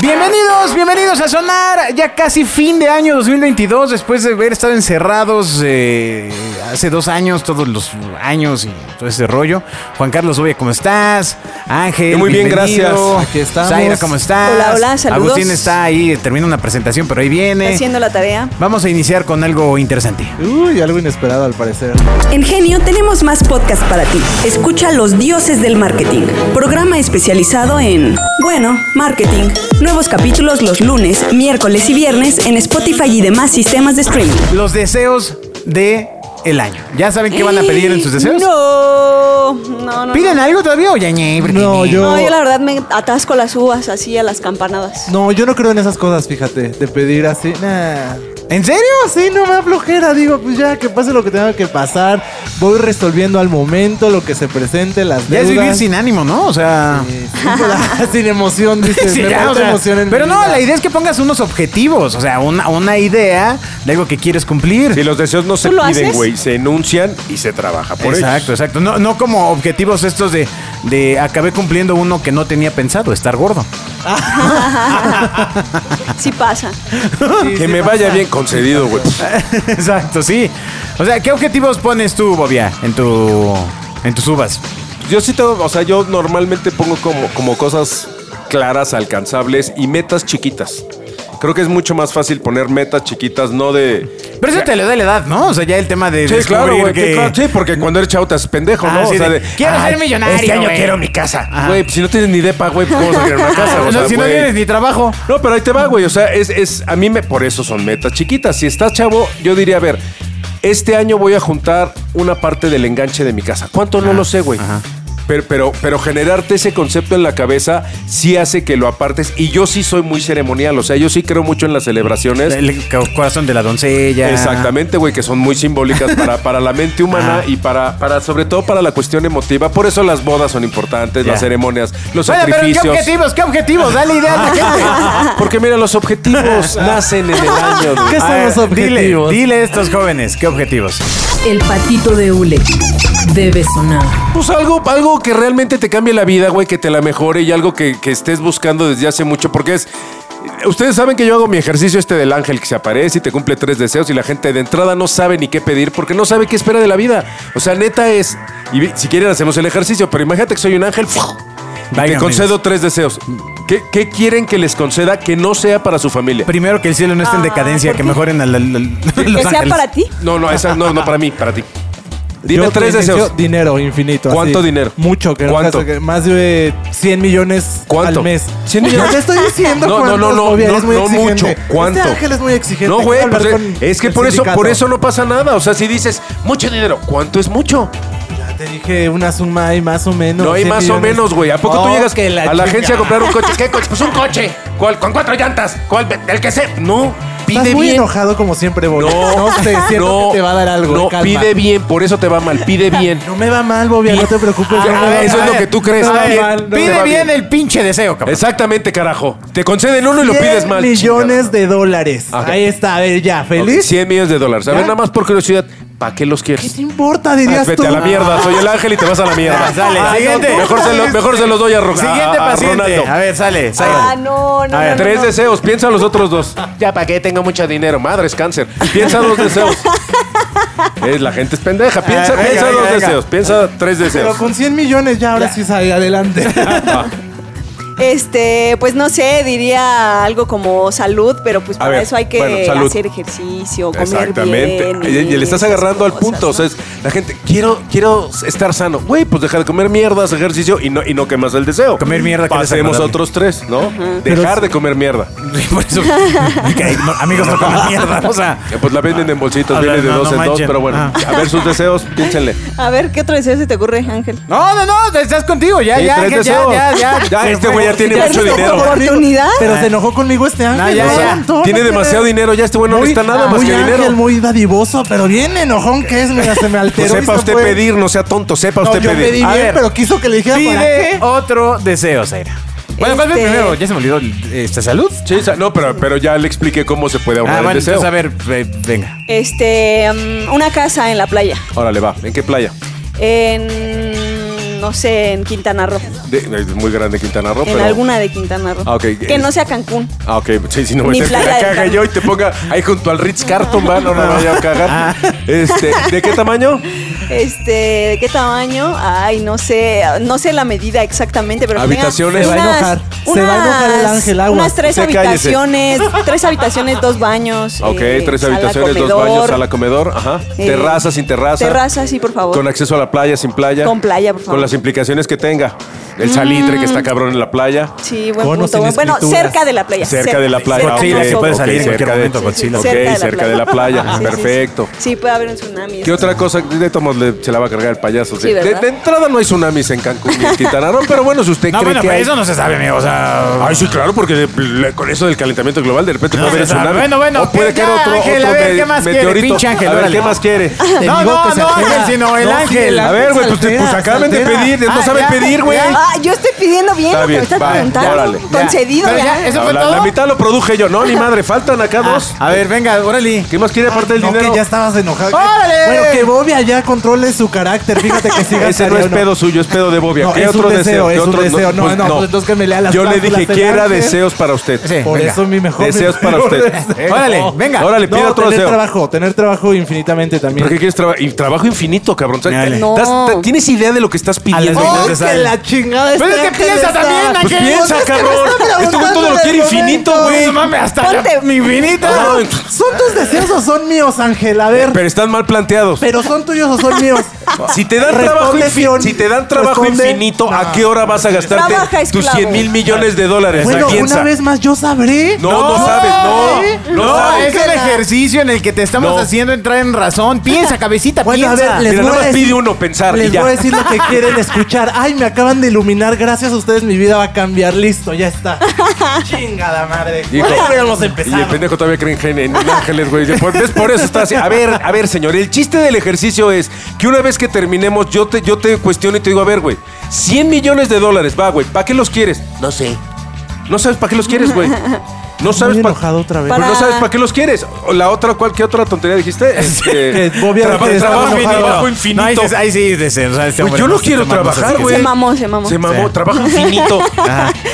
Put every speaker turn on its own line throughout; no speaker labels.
Bienvenidos, bienvenidos a Sonar. Ya casi fin de año 2022, después de haber estado encerrados eh, hace dos años, todos los años y todo ese rollo. Juan Carlos Obvia, ¿cómo estás? Ángel.
Muy bien,
bienvenido.
gracias. Aquí estamos.
Zaira, ¿cómo estás?
Hola, hola, saludos.
Agustín está ahí, termina una presentación, pero ahí
Este,
viene.
haciendo la tarea.
Vamos a iniciar con algo interesante.
Uy, algo inesperado al parecer.
En Genio tenemos más podcast para ti. Escucha Los Dioses del Marketing, programa especializado en, bueno, marketing. Nuevos capítulos los lunes, miércoles y viernes en Spotify y demás sistemas de streaming.
Los deseos de el año. ¿Ya saben qué van a pedir en sus
Eh,
deseos?
No, no, no.
¿Piden algo todavía o ya ñe? Porque
No,
ñe.
yo-
No, yo la verdad me atasco las uvas así a las campanadas.
No, yo no creo en esas cosas, fíjate, de pedir así. Nah.
¿En serio?
Sí, no me da flojera, digo, pues ya que pase lo que tenga que pasar, voy resolviendo al momento lo que se presente, las
Ya es
deudas.
vivir sin ánimo, ¿no? O sea...
Eh, sin- sin emoción, dices,
Sí,
me
ya,
falta
o sea,
emoción en
pero
mi
no,
vida.
la idea es que pongas unos objetivos, o sea, una, una idea de algo que quieres cumplir.
Si los deseos no se
¿Tú lo
piden,
haces?
güey, se enuncian y se trabaja por
exacto,
ellos.
exacto. No, no como objetivos estos de, de acabé cumpliendo uno que no tenía pensado, estar gordo.
Sí pasa. Ah,
Sí,
Que
sí
me
pasa.
vaya bien concedido, güey.
exacto, sí. O sea, ¿qué objetivos pones tú, Bobia, en tu en tus uvas?
Yo sí tengo, o sea, yo normalmente pongo como, como cosas claras, alcanzables y metas chiquitas. Creo que es mucho más fácil poner metas chiquitas, no de...
Pero eso te lo da la edad, ¿no? O sea, ya el tema de
Sí,
descubrir
claro, güey.
que-
que- Sí, porque cuando eres chavo te haces pendejo,
Ah,
¿no?
sí,
o sea,
de,
de,
"Quiero ser
"Ay,
millonario,
Este año
güey".
quiero mi casa.
Ajá.
Güey, pues si no tienes ni depa, güey, pues, ¿cómo vas a querer una casa? O
No,
sea,
si no
güey.
tienes ni trabajo.
No, pero ahí te va, güey. O sea, es, es, a mí me, por eso son metas chiquitas. Si estás chavo, yo diría, a ver, este año voy a juntar una parte del enganche de mi casa. ¿Cuánto? No lo sé, güey. Pero, pero, pero generarte ese concepto en la cabeza sí hace que lo apartes. Y yo sí soy muy ceremonial. O sea, yo sí creo mucho en las celebraciones.
El co- corazón de la doncella.
Exactamente, güey, que son muy simbólicas para, para la mente humana
Ajá.
y para, para, sobre todo, para la cuestión emotiva. Por eso las bodas son importantes,
Ya.
las ceremonias, los
Bueno, pero ¿qué
sacrificios. Ah,
objetivos? ¿Qué objetivos? Dale idea a la gente.
Porque mira, los objetivos nacen en el año. güey.
¿Qué
A
son los
ver,
objetivos?
Dile, dile a estos jóvenes, ¿qué objetivos?
El patito de Ule debe sonar.
Pues algo, algo que realmente te cambie la vida, güey, que te la mejore y algo que, que estés buscando desde hace mucho, porque es. Ustedes saben que yo hago mi ejercicio este del ángel que se aparece y te cumple tres deseos y la gente de entrada no sabe ni qué pedir porque no sabe qué espera de la vida. O sea, neta es. Y vi- si quieren hacemos el ejercicio, pero imagínate que soy un ángel. Y
Venga,
te concedo
amigos.
tres deseos. ¿Qué, qué quieren que les conceda que no sea para su familia?
Primero, que el cielo no esté en
Ah,
decadencia,
¿por
que
qué?
mejoren a la- la- los
que sea
ángeles.
para ti.
No, no, esa, no, no, para mí, para ti. Dime
Yo
tres
deseo
deseos.
Dinero infinito. así.
¿Cuánto dinero?
Mucho, que no
¿Cuánto?
sé, que más de eh, 100 millones
¿Cuánto?
al mes.
¿100 millones?
No te estoy diciendo
No, no,
cuántos,
no, no,
Bobia,
no,
eres muy
no
exigente.
mucho. ¿Cuánto?
Este ángel es muy exigente.
No, güey,
Quiero hablar
pues,
con
es que
el
por eso,
sindicato.
por eso no pasa nada. O sea, si dices mucho dinero, ¿cuánto es mucho?
Ya te dije una suma ahí más o menos.
No, hay
100
más o
millones.
menos, güey. ¿A poco tú
Oh,
llegas
que la
a la
chingada.
agencia a comprar un coche? ¿Qué coche? Pues un coche. ¿Cuál? Con cuatro llantas. ¿Cuál? El que sea. No, pide
Estás muy
bien.
enojado como siempre, Bobia.
No,
No, sé, siento
no,
que te va a dar algo.
No,
calma.
pide bien, por eso te va mal. Pide bien.
No me va mal, Bobia, no te preocupes.
Ah,
no me va
eso es
mal.
lo que tú crees.
No me va
Pide-
mal, no me
Pide
va
bien el pinche deseo, cabrón.
Exactamente, carajo. Te conceden uno y lo
100
pides mal.
millones de dólares.
Ok.
Ahí está, a ver, ya,
Ok,
¿feliz?
100 millones de dólares. A ver,
¿Ya?
nada más por curiosidad, ¿para qué los
¿Qué
quieres?
te importa,
Ah,
dirías
vete
tú?
a la mierda, soy el ángel y te vas a la mierda.
Sale,
Ay,
siguiente.
no, mejor, se lo- mejor se los doy a, Ro-
Siguiente
a- a
paciente.
Ah, Ronaldo.
A ver, sale, sale.
Ah, no, no,
A ver,
no, no,
Tres
no.
deseos, piensa los otros dos. Ya, ¿para qué tengo mucho dinero? Madre, es cáncer. Piensa los deseos. Es, la gente es pendeja. Piensa,
Ah, venga,
piensa
venga,
los
venga.
deseos, piensa tres
Pero
deseos.
con 100 millones ya ahora sí sale adelante.
Este, pues no sé, diría algo como salud, pero pues
A
para
ver,
eso hay que
bueno, salud.
hacer ejercicio, comer
Exactamente.
bien.
Y, y le estás
esas
agarrando al
cosas,
punto.
¿no?
O sea, es- la gente, quiero, quiero estar sano. Güey, pues deja de comer mierdas, ejercicio y no, y no quemas el deseo.
Comer mierda, que
Pasemos
desagradable.
otros tres, ¿no? Dejar de comer mierda.
Por eso, ok, no, amigos, no coman mierda. O sea,
Eh, Pues la venden en bolsitas,
Ah,
viene de
no, no
dos en dos,
manchen.
pero bueno.
Ah.
A ver sus deseos, piénsenle.
A ver, ¿qué otro deseo se te ocurre, Ángel?
no, no, no, estás contigo. Ya,
Sí,
ya, ya,
tres
ya,
deseos.
eh, ya,
Ya,
Se
este
fue.
güey ya tiene
¿Ya
mucho
viste tu
dinero. Ah,
oportunidad?
Pero se enojó conmigo este ángel.
ya,
o sea,
ya.
tanto,
Tiene
no
demasiado
tiene-
dinero, ya este güey no
Muy-
necesita nada más
muy
que
ángel,
dinero.
muy dadivoso, pero bien enojón que es. Mira, se me
Pues
alteró. y
sepa
se
usted
fue.
pedir, no sea tonto, sepa
No,
usted
yo
pedir. Ah,
pedí
A
bien,
ver.
pero quiso que le dijera para
Pide
qué.
Oh,
otro deseo, Zaira. Bueno, ¿cuál fue el
Este-
primero? Ya se me olvidó. ¿Esta salud?
Sí, sa- no, pero, pero ya le expliqué cómo se puede ahorrar
Ah,
el
bueno,
deseo.
entonces a ver, eh, venga.
Este, mm, una casa en la playa.
Órale, va. ¿En qué playa?
En no sé, en Quintana Roo.
De- es muy grande Quintana Roo,
En
pero.
alguna de Quintana Roo.
Ah, ok.
Que no sea Cancún.
Ah, ok, sí, si no
Ni
me la
Playa del
caga
Carmen.
yo y te ponga ahí junto al Ritz Carton, va, no
Ah.
la vaya a cagar. Este, ¿De qué tamaño?
Este, ¿de qué tamaño? Ay, no sé, no sé la medida exactamente, pero que tenga
Habitaciones.
va
Se
a enojar, se va a enojar el ángel, aguas.
Unas tres
Usted cállese.
habitaciones, tres habitaciones, dos baños.
Ok,
eh,
tres
sala,
habitaciones, dos
comedor,
baños, sala comedor, ajá.
eh,
terraza, sin terraza.
Terraza, sí, por favor.
Con acceso a la playa, sin playa.
Con playa, por favor. Mm.
Con las implicaciones que tenga. El salitre que está cabrón en la playa.
Sí, buen
Conos
punto.
sin
Bueno,
escrituras.
cerca de la playa.
Cerca, de la playa.
cerca de
Godzilla, que
nosotros.
puede salir en
ok,
cualquier
cerca de-
momento, Godzilla.
Ok, cerca de la playa.
Ajá, sí, sí, sí.
Perfecto.
Sí, puede haber un tsunami.
¿Qué otra cosa? De todos le- se la va a cargar el payaso.
Sí,
De- de,
¿verdad?
de entrada no hay tsunamis en Cancún ni en Quintana Roo, pero bueno, si usted
No,
cree
bueno,
que
pero
hay- Ah,
eso no se sabe, amigo. O sea.
Ay, sí, claro, porque de- le- con eso del calentamiento global de repente
No,
puede haber
o sea,
tsunami.
bueno, bueno,
o puede
ya,
caer otro,
Ángel,
otro
a ver,
me-
¿qué más quiere?
meteorito.
Pinche Ángel,
a ver,
órale.
¿qué más quiere?
Te
No,
digo
no,
que
no,
se altera.
Ángel, sino el
No, sí,
Ángel.
A ver, güey, pues,
altera,
pues acaben de
se altera.
pedir, no
Ah,
saben
ya,
pedir, güey.
ya.
Ah, yo estoy pidiendo bien
Está
lo que
bien,
me estás
va,
preguntando.
órale.
Ya.
Concedido
Pero
ya.
ya, ¿Eso
No,
fue
la,
todo?
la mitad lo produje yo, no, ni madre, faltan acá
Ah,
dos.
a ver, venga, órale.
¿Qué más quiere aparte del
No,
dinero?
que ya estabas enojado.
¡Órale!
Bueno, que Bobby allá controle su carácter. Fíjate que siga
Ese no es
seriano.
pedo suyo, es pedo de Bobia.
No,
¿Qué
es un
otro
deseo,
deseo? ¿Qué
es un
otro?
deseo. No, no, pues entonces que me lea las
Yo le
plántulas
dije
del
que era
ángel.
deseos para usted.
Sí.
Por
Venga.
eso mi mejor.
Deseos para usted.
Órale, venga.
Ahora le pido
no,
otro
tener
deseo.
trabajo, tener trabajo infinitamente también.
¿Pero qué quieres? Traba- y trabajo infinito, cabrón. O sea,
Dale.
No.
das- ta- ¿Tienes idea de lo que estás pidiendo?
las
¡Oh,
veinte
que
sale.
la chingada
Pero es
este
que
ángel
piensa
está-
también, Ángel.
Pues
¿Qué?
piensa, cabrón. Este güey todo lo quiere infinito, güey.
No mames, hasta la
Ponte.
infinita.
Ay,
¿Son tus deseos o son míos, Ángel? A ver.
Pero están mal planteados.
Pero son tuyos o son míos.
Si te dan
Responde,
trabajo, infi-
Sion.
si te dan trabajo
Responde.
infinito, ¿a qué hora vas a gastarte
Trabaja,
tus
esclavo.
100 mil millones de dólares?
Bueno,
Piensa.
una vez más, yo sabré.
No, no, sabes, no. No,
No,
sabes.
es el ejercicio en el que te estamos
No.
haciendo entrar en razón. Piensa, cabecita,
Bueno, a
piensa.
ver, les
Mira,
voy
nada
a
más
decir-
pide uno pensar y
Les
ya.
voy a decir lo que quieren escuchar. Ay, me acaban de iluminar. Gracias a ustedes mi vida va a cambiar. Listo, ya está. Chingada madre.
Hijo.
Bueno, hubiéramos
Y el
empezado.
pendejo todavía cree en gen- en ángeles, güey. Por- ¿ves? Por eso está así. A ver, a ver, señor. El chiste del ejercicio es que una vez que terminemos, yo te, yo te cuestiono y te digo, a ver, güey, 100 millones de dólares, va, güey, ¿para qué los quieres? No sé. No sabes para qué los quieres, güey. No sabes
Muy
pa-
enojado otra vez.
Pues
Para-
no sabes para qué los quieres. O La otra, ¿cuál, ¿qué otra tontería dijiste? Este,
Que Bobby
traba-
Arquez estaba
trabajo,
enojado.
trabajo
No, ahí
infinito.
sí- ahí sí, deseo, o sea, este hombre
Güey, Pues yo no
se
quiero
toma cosas
trabajar,
que
güey.
Se mamó, se mamó.
Se mamó,
Sí.
trabajo infinito.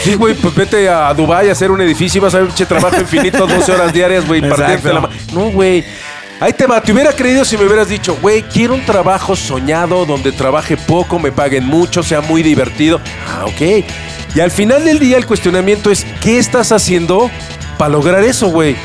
Sí, güey, pues vete a Dubái a hacer un edificio y vas a ver che, trabajo infinito, 12 horas diarias, güey,
Exacto.
partiéndote la ma- No, güey. Ahí te va, te hubiera creído si me hubieras dicho, güey, quiero un trabajo soñado donde trabaje poco, me paguen mucho, sea muy divertido. Ah, ok. Y al final del día el cuestionamiento es, ¿qué estás haciendo para lograr eso, güey?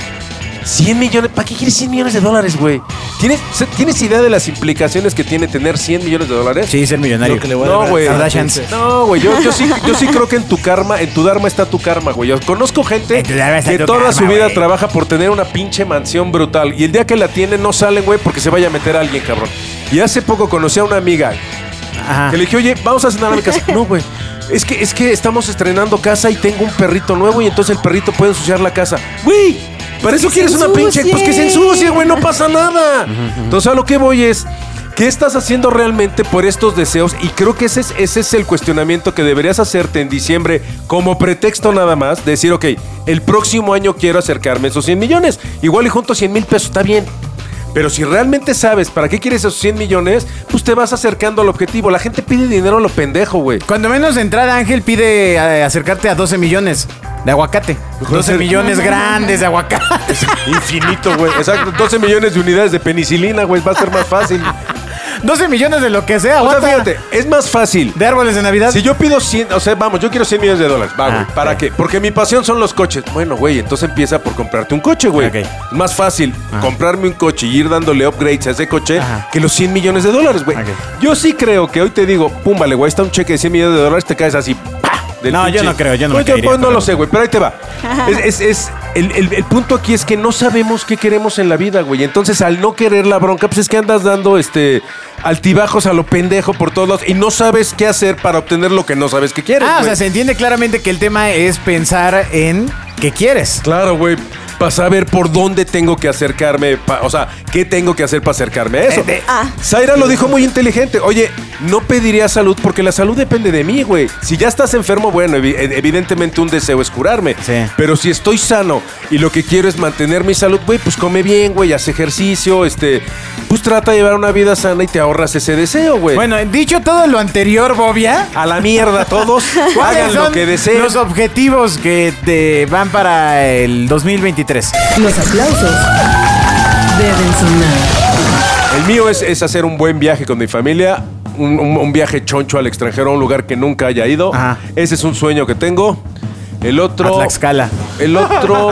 100 millones, ¿para qué quieres 100 millones de dólares, güey? ¿Tienes, ¿Tienes idea de las implicaciones que tiene tener 100 millones de dólares?
Sí, ser millonario.
Lo que le voy a
No,
dar a
güey.
Kardashians.
No, güey. Yo, yo sí, yo sí creo que en tu karma, en tu dharma está tu karma, güey. Yo conozco gente
En tu dharma está
que
tu
toda
karma,
su vida
güey.
trabaja por tener una pinche mansión brutal. Y el día que la tienen no salen, güey, porque se vaya a meter alguien, cabrón. Y hace poco conocí a una amiga
Ah.
Ajá.
que le dije, oye, vamos a cenar a mi casa. No, güey. Es que, es que estamos estrenando casa y tengo un perrito nuevo y entonces el perrito puede ensuciar la casa. Güey, para eso
Pues que
quieres
se
una pinche.
ensucie.
Pues que se ensucie, güey, no pasa nada. Entonces a lo que voy es. ¿Qué estás haciendo realmente por estos deseos? Y creo que ese es, ese es el cuestionamiento que deberías hacerte en diciembre como pretexto nada más. Decir, ok, el próximo año quiero acercarme a esos 100 millones. Igual y junto 100 mil pesos, está bien. Pero si realmente sabes para qué quieres esos 100 millones, pues te vas acercando al objetivo. La gente pide dinero a lo pendejo, güey.
Cuando menos de entrada, Ángel pide eh, acercarte a 12 millones de aguacate. 12
ser-
millones grandes de aguacate.
Infinito, güey. Exacto, 12 millones de unidades de penicilina, güey. Va a ser más fácil.
12 millones de lo que sea,
O sea,
aguanta.
fíjate, es más fácil.
De árboles de Navidad.
Si yo pido 100, o sea, vamos, yo quiero 100 millones de dólares. Va, güey.
Ah,
¿Para
ok.
qué? Porque mi pasión son los coches. Bueno, güey, entonces empieza por comprarte un coche, güey.
Ok.
Es Más fácil comprarme un coche y ir dándole upgrades a ese coche
Ajá.
que los 100 millones de dólares, güey.
Ok.
Yo sí creo que hoy te digo, pum, vale, güey, está un cheque de 100 millones de dólares, te caes así, ¡pa! del
No, yo no creo, yo no me
Pues
caería,
pues, no
pero-
lo sé, güey, pero ahí te va. Es, es- es- el, el- el punto aquí es que no sabemos qué queremos en la vida, güey. Entonces, al no querer la bronca, pues es que andas dando este altibajos a lo pendejo por todos lados y no sabes qué hacer para obtener lo que no sabes que quieres.
ah, o
güey.
sea, se entiende claramente que el tema es pensar en qué quieres.
Claro, güey. para saber por dónde tengo que acercarme, pa- o sea, qué tengo que hacer para acercarme a eso.
Eh, de-
Ah.
Zaira lo dijo muy inteligente. Oye, no pediría salud porque la salud depende de mí, güey. Si ya estás enfermo, bueno, evi- eh, evidentemente un deseo es curarme.
Sí.
Pero si estoy sano y lo que quiero es mantener mi salud, güey, pues come bien, güey, haz ejercicio, este, pues trata de llevar una vida sana y te ahorras ese deseo, güey.
Bueno, dicho todo lo anterior, Bobia,
a la mierda todos,
¿cuáles
hagan lo
son
que deseen.
los objetivos que te van para el 2023?
Los aplausos deben sonar.
El mío es, es hacer un buen viaje con mi familia, un, un- un viaje choncho al extranjero, a un lugar que nunca haya ido.
Ajá.
Ese es un sueño que tengo. El otro.
A Tlaxcala.
El otro.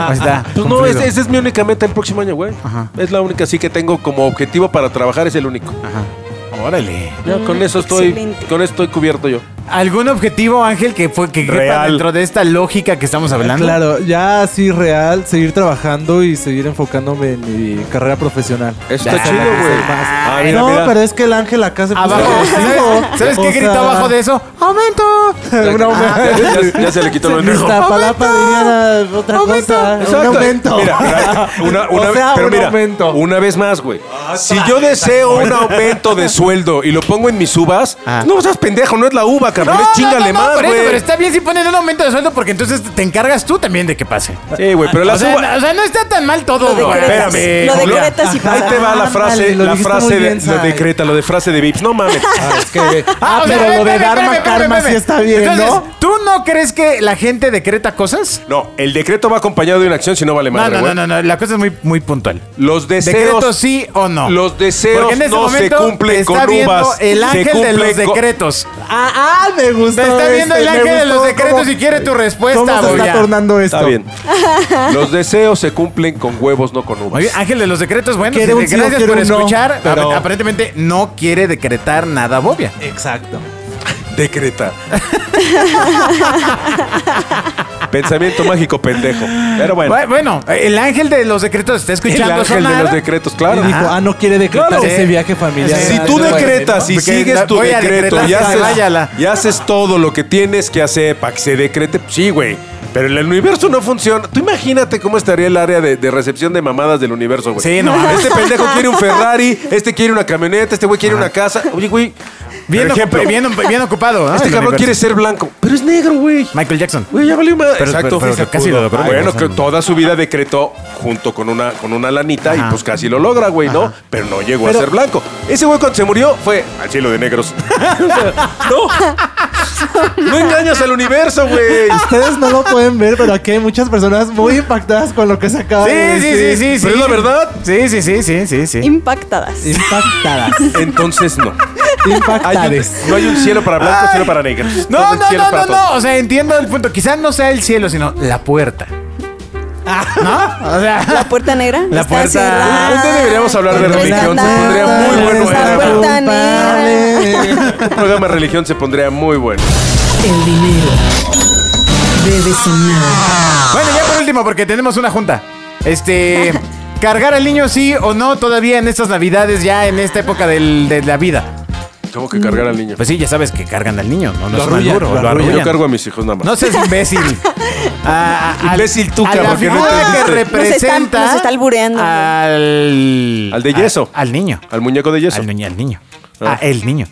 Ahí está,
Pues no,
cumplido.
ese, ese es mi única meta el próximo año, güey.
Ajá.
Es la única sí que tengo como objetivo para trabajar, es el único.
Ajá. Órale.
Ya, con eso estoy.
excelente.
Con eso estoy cubierto yo.
¿Algún objetivo, Ángel, que fue que quepa
Real.
dentro de esta lógica que estamos hablando?
Claro, ya así real, seguir trabajando y seguir enfocándome en mi carrera profesional.
Eso
Ya.
está chido, güey.
Más.
Ah, mira,
no,
mira.
pero es que el ángel acá se puso
Abajo.
agresivo.
¿Sabes, ¿sabes qué
O
gritó
sea,
abajo de eso? ¡Aumento!
un aumento.
Ah, ya, ya se le quitó lo
En
enrejo.
Iztapalapa dirían a otra cosa.
Exacto.
Un aumento.
Mira, mira, una, una,
O sea,
pero
un
mira,
aumento.
una vez más, güey. Si yo deseo un aumento de sueldo y lo pongo en mis uvas,
Ah.
no seas pendejo, no es la uva, cabrón, es chingale
no, no,
más,
por eso, Pero
güey.
está bien si ponen un aumento de sueldo porque entonces te encargas tú también de que pase.
Sí, güey, pero
O
las
sea,
uvas.
no- o sea, no está tan mal todo,
Lo
güey.
decretas.
Espérame.
Lo
Julia.
decretas y
Ahí
pasa.
te va la
Ándale,
frase,
lo
la
dijiste muy
frase de,
bien,
lo
Sai.
decreta, lo de frase de Vips. No mames.
Es que-
Ah,
ah,
o sea,
pero
espérame,
lo de
espérame,
Dharma
espérame,
Karma
espérame.
sí está bien,
Entonces,
¿no?
¿Tú no crees que la gente decreta cosas?
No, el decreto va acompañado de una acción si no vale
No,
madre,
no,
güey.
no, no, no, la cosa es muy, muy puntual.
Los deseos.
¿Decreto sí o no?
Los deseos
Porque en ese
no se
momento
cumplen
te
con
está viendo
uvas,
El
se
ángel de los
cumplen con-
decretos.
Ah, ah, me gustó.
Te está viendo
este,
el
me
ángel de los
gustó
decretos
cómo-
y quiere tu
¿Cómo
respuesta,
se
güey.
está tornando esto?
Está bien. Los deseos se cumplen con huevos, no con uvas.
Oye, Ángel de los decretos, bueno,
Quiere un sí o
gracias
quiere
por
un no,
escuchar.
pero-
Ap- Aparentemente no quiere decretar nada bobia.
Exacto.
Decreta. Pensamiento mágico pendejo. Pero bueno.
Bu- Bueno, el ángel de los decretos está
El
escuchando
ángel de
sonar.
los decretos, claro.
Y dijo,
Ajá.
ah, no quiere decretar
Claro.
ese
Sí.
viaje familiar.
Sí.
si tú
Bueno,
decretas y
porque
sigues
la-
tu
voy a
decreto
decretar
y
que
haces,
váyala.
y haces todo lo que tienes que hacer para que se decrete, pues sí, güey. Pero el universo no funciona. Tú imagínate cómo estaría el área de, de recepción de mamadas del universo, güey.
Sí, no mames.
Este pendejo quiere un Ferrari, este quiere una camioneta, este güey quiere una casa. Oye, güey.
Bien,
por
ocu-
ejemplo,
bien, bien ocupado. ¿no? Ah,
este
El
cabrón
universo.
quiere ser blanco, pero es negro, güey.
Michael Jackson.
Güey, ya valió madre.
Pero-
Exacto.
pero- pero casi lo logró.
Bueno, que
Ajá.
toda su vida decretó junto con una, con una lanita
Ajá.
y pues casi lo logra, güey, ¿no? Pero no llegó a ser blanco. Ese güey cuando se murió fue al cielo de negros. O sea, no. No engañas al universo, güey.
Ustedes no lo pueden ver, pero aquí hay muchas personas muy impactadas con lo que se acaba de
Sí, sí, sí,
decir.
sí, sí.
Pero es la verdad.
Sí, sí, sí, sí, sí, sí.
Impactadas.
Impactadas.
Entonces no. Hay un-
Impactades.
no hay un cielo para blancos,
Ay.
cielo para negros. Todo
No,
el
no,
cielo
no,
para
no,
todos.
no. O sea, entiendo el punto. Quizás no sea el cielo, sino la puerta. ¿No? O
La
sea,
puerta negra.
La
está
puerta-
cerrada.
Un día deberíamos hablar de
Con tres
religión, se
candados.
pondría muy
Pues
bueno ¿eh?
La
el
puerta negra.
Un programa de religión se pondría muy bueno.
El dinero debe sonar.
bueno, ya por último, porque tenemos una junta. Este. Cargar al niño sí o no todavía en estas navidades, ya en esta época del- de la vida.
Tengo que cargar al niño.
Pues sí, ya sabes que cargan al niño, no, no es
Lo arrullan,
maduro,
lo
lo
arrullan.
Yo
arrullan.
cargo a mis hijos nada más.
No seas imbécil. A- a- al-
Imbécil tú,
a la
cabrón, que no
figura que
entendiste.
Nos está-
representa
nos está albureando.
al
Al de
a-
yeso.
al niño.
Al muñeco de yeso.
Al niño, al niño.
Ah.
A el niño.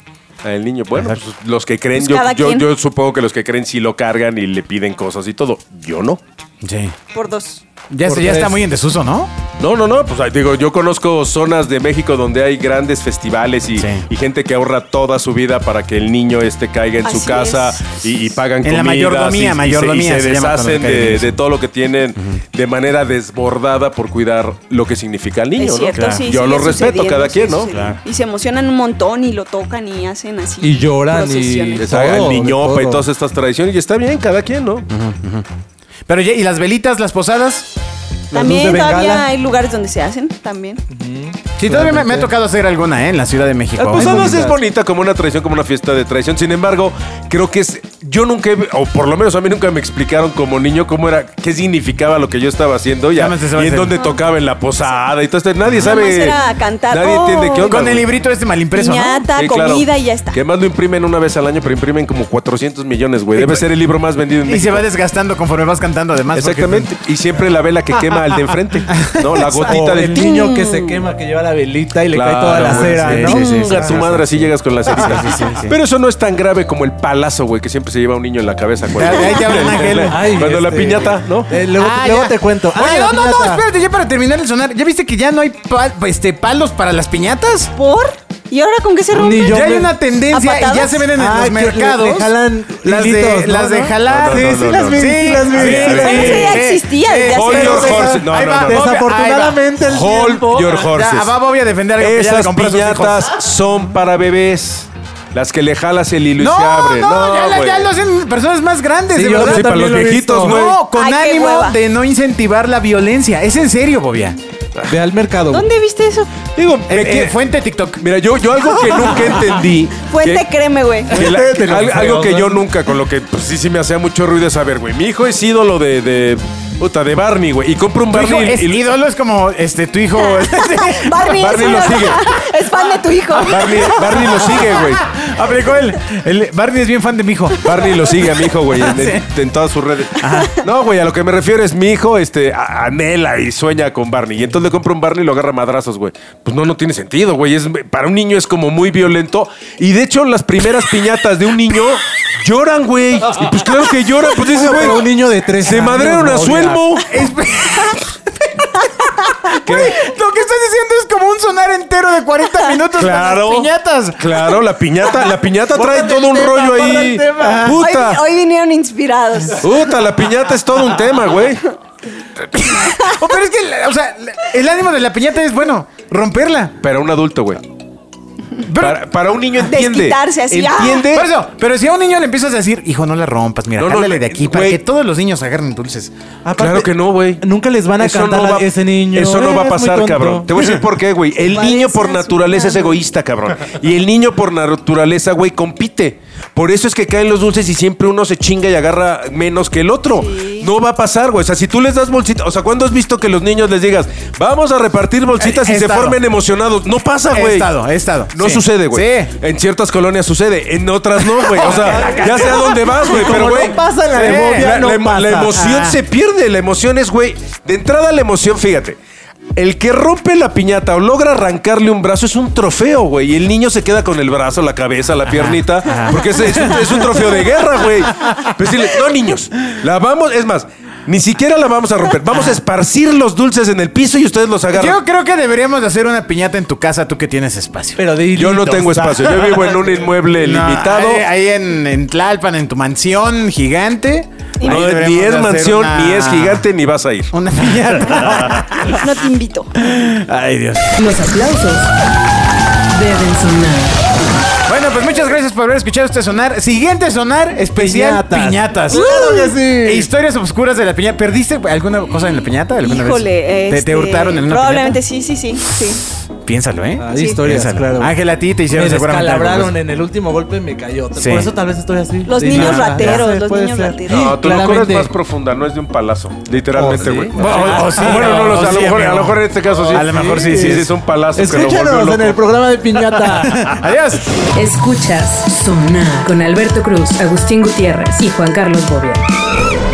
El niño, bueno,
Exacto.
pues, los que creen,
Pues
yo,
cada
yo-
quien.
yo supongo que los que creen sí lo cargan y le piden cosas y todo. Yo no.
Sí.
Por dos.
Ya,
Por
se- ya está
tres.
muy en desuso, ¿no?
No, no, no, pues ay, digo, yo conozco zonas de México donde hay grandes festivales y,
Sí.
y gente que ahorra toda su vida para que el niño este caiga en su
Así
casa
es.
y, y pagan
En la
comidas
mayordomía,
y- y se-
mayordomía
y se,
se llama cuando
deshacen
cae el
de,
niño.
de todo lo que tienen de manera desbordada por cuidar lo que significa el niño,
es
¿no?
cierto,
Claro.
sí.
Yo
sigue
lo respeto,
sucediendo,
cada quien,
sí,
¿no?
sí. Y se emocionan un montón y lo tocan y hacen así.
Y lloran y-
procesiones.
Les hagan
Todo, de
niñopa y
todo.
todas estas tradiciones y está bien, cada quien, ¿no?
Pero ya, ¿y las velitas, las posadas?
La luz
También
de
todavía
Bengala.
hay lugares donde se hacen, también.
Sí, todavía me, me ha
Solamente.
tocado hacer alguna, ¿eh? En la Ciudad de México.
La posada
bonita.
Ah, pues, es bonita como una tradición, como una fiesta de traición. Sin embargo, creo que es. Yo nunca, he- o por lo menos a mí nunca me explicaron como niño cómo era, qué significaba lo que yo estaba haciendo y, a-
Nada más te sabes
y en
el-
dónde tocaba en la posada y todo esto. Nadie
más
sabe.
era cantar.
Nadie entiende qué
Oh.
onda.
Con el
güey.
librito este mal impreso, ¿no?
Piñata,
Sí, claro.
comida y ya está.
Que más lo imprimen una vez al año, pero imprimen como 400 millones, güey. Debe ser el libro más vendido en
Y se
México.
va desgastando conforme vas cantando, además. porque-
Exactamente. Y siempre la vela que quema al de enfrente. No, la
O
Oh,
gotita del
el niño que se quema, que lleva la velita y le cae toda la
güey,
cera,
sí,
¿no?
sí, sí,
Chinga tu
sí, tu
madre.
madre así llegas con la cerita. Pero eso no es tan grave como el palazo, güey, que siempre se lleva un niño en la cabeza. cuando-
Ahí- ahí te hablan, Ángel.
Ay,
Cuando la
este,
piñata, ¿no?
eh, luego
Ah,
luego
ya.
te cuento.
Oye,
Ay, la
no, no, no,
piñata.
espérate, ya para terminar el sonar. ¿Ya viste que ya no hay pal- este, palos para las piñatas?
¿Por? ¿Y ahora con qué se rompe?
Ni yo
ya hay
me-
una
¿A
tendencia y ya
patadas?
se venden en
Ah,
los
que le-
mercados.
le jalan
las de,
hilitos, ¿no?
las de
¿no?
jalar.
No, no, no, no, no.
Sí, las vi, las vi.
Bueno, eso ya
sí,
existía
sí.
desde hace
Hold your
años.
horses. No,
Ahí
no,
va,
no.
Bobby,
Desafortunadamente el
Hold
tiempo.
your horses.
Ya, ah, va Bobby a defender algo que ya le
Esas
compró a sus hijos.
piñatas son para bebés. Las que le jalas el hilo y
No,
se abre.
no, ya, la-
güey.
ya lo hacen personas más grandes,
Sí,
de
yo
verdad.
Sí, para los
también lo he
viejitos,
visto.
güey.
No, con
Ay, qué
ánimo
hueva.
de no incentivar la violencia. Es en serio, Bobia.
Ve al mercado.
¿Dónde viste eso?
Digo,
Eh,
me
eh,
que-
fuente TikTok.
Mira, yo, yo algo que nunca entendí.
Fuente,
que-
créeme, güey.
que la-
Fuente de los
al- algo
feos,
que
¿no?
yo nunca, con lo que pues, sí, sí me hacía mucho ruido es saber, güey. Mi hijo es ídolo de, de, puta, de Barney, güey. Y compra un
Tu hijo
Barney
es
y, y-
ídolo, es como este, tu hijo.
Barbie,
Barbie
es,
lo sigue.
es fan de tu hijo.
Barney, Barney lo sigue, güey.
Aplicó él. El, Barney es bien fan de mi hijo.
Barney lo sigue a mi hijo, güey, en, en- en todas sus redes. No, güey, a lo que me refiero es mi hijo este, a- anhela y sueña con Barney. Y entonces le compra un Barney y lo agarra a madrazos, güey. Pues no, no tiene sentido, güey. Es, para un niño es como muy violento. Y de hecho, las primeras piñatas de un niño lloran, güey. Y pues claro que lloran. Pues dices, güey,
Pero un niño de tres
se
años,
madrearon a
no,
su
mira.
elmo. ¿Qué?
Lo que estás diciendo es como un sonar entero de 40 minutos
Claro.
con las piñatas.
Claro, la piñata, la piñata trae todo un rollo ahí.
Hoy,
Puta.
hoy vinieron inspirados.
Puta, la piñata es todo un tema, güey.
Oh, pero es que, o sea, el ánimo de la piñata es, bueno, romperla.
Para un adulto, güey.
Pero,
Para, para un niño entiende.
Desquitarse así, ah.
Entiende.
Por eso, pero si a un niño le empiezas a decir, hijo, no la rompas, mira,
No, no,
jálale de aquí para
güey.
que todos los niños agarren dulces.
Aparte,
claro que no, güey.
Nunca les van a
Eso
cantar
no
a
va-
ese niño.
Eso no va a
"Eres muy
pasar,
tonto".
cabrón. Te voy a decir por qué, güey. El
Parece
niño por
su
naturaleza es
madre.
egoísta, cabrón. Y el niño por naturaleza, güey, compite. Por eso es que caen los dulces y siempre uno se chinga y agarra menos que el otro. No va a pasar, güey. O sea, si tú les das bolsitas, o sea, ¿cuándo has visto que los niños les digas, vamos a repartir bolsitas
Eh, he
y se
estado.
formen emocionados? No pasa,
He
güey.
estado, he estado.
No
Sí.
sucede, güey.
Sí.
En ciertas colonias sucede, en otras no, güey. O sea, ya sé a dónde vas, güey.
Como
Pero,
no
güey.
pasa en la de Bobia,
la-
no
la-
pasa.
la emoción
Ah.
se pierde. La emoción es, güey. De entrada, la emoción, fíjate. El que rompe la piñata o logra arrancarle un brazo es un trofeo, güey. Y el niño se queda con el brazo, la cabeza, la piernita, porque es, es un, es un trofeo de guerra, güey. Pues dile, no, niños, la vamos, es más, ni siquiera la vamos a romper. Vamos a esparcir los dulces en el piso y ustedes los agarran.
Yo creo que deberíamos de hacer una piñata en tu casa, tú que tienes espacio.
Pero de
Yo no
hilitos,
tengo
o sea,
espacio. Yo vivo en un inmueble
No,
limitado.
Ahí, ahí en, en Tlalpan, en tu mansión gigante.
No,
Ahí
ni
deberíamos
es
de hacer
mansión,
una-
ni es gigante, ni vas a ir.
Una piñata.
No te invito.
Ay, Dios.
Los aplausos deben sonar.
Bueno, pues muchas gracias por haber escuchado este sonar. Siguiente sonar especial
Piñatas.
piñatas.
Claro que sí.
Historias obscuras de la piñata. ¿Perdiste alguna cosa en la piñata? ¿Alguna
Híjole.
vez? ¿Te- ¿Te,
este,
hurtaron en una
Probablemente
piñata?
sí, sí, sí, sí.
Piénsalo, ¿eh?
Ah, Hay historias,
Piénsalo.
claro.
Ángel, a ti te hicieron
Me
seguramente algo.
descalabraron en el último golpe me cayó.
Sí.
Por eso tal vez estoy así.
Los niños rateros, los
puede
niños rateros.
No, tu locura es
Claramente.
más profunda, no es de un palazo. Literalmente,
¿Oh, sí?
güey.
O- o- o sí,
bueno, no lo sé.
o
A lo,
sí,
mejor,
amigo.
a lo mejor en este caso sí.
A lo mejor sí, sí,
Sí,
es.
es un palazo que lo volvió
Escúchanos
loco.
en el programa de piñata.
Adiós.
Escuchas Sonar con Alberto Cruz, Agustín Gutiérrez y Juan Carlos Bobia.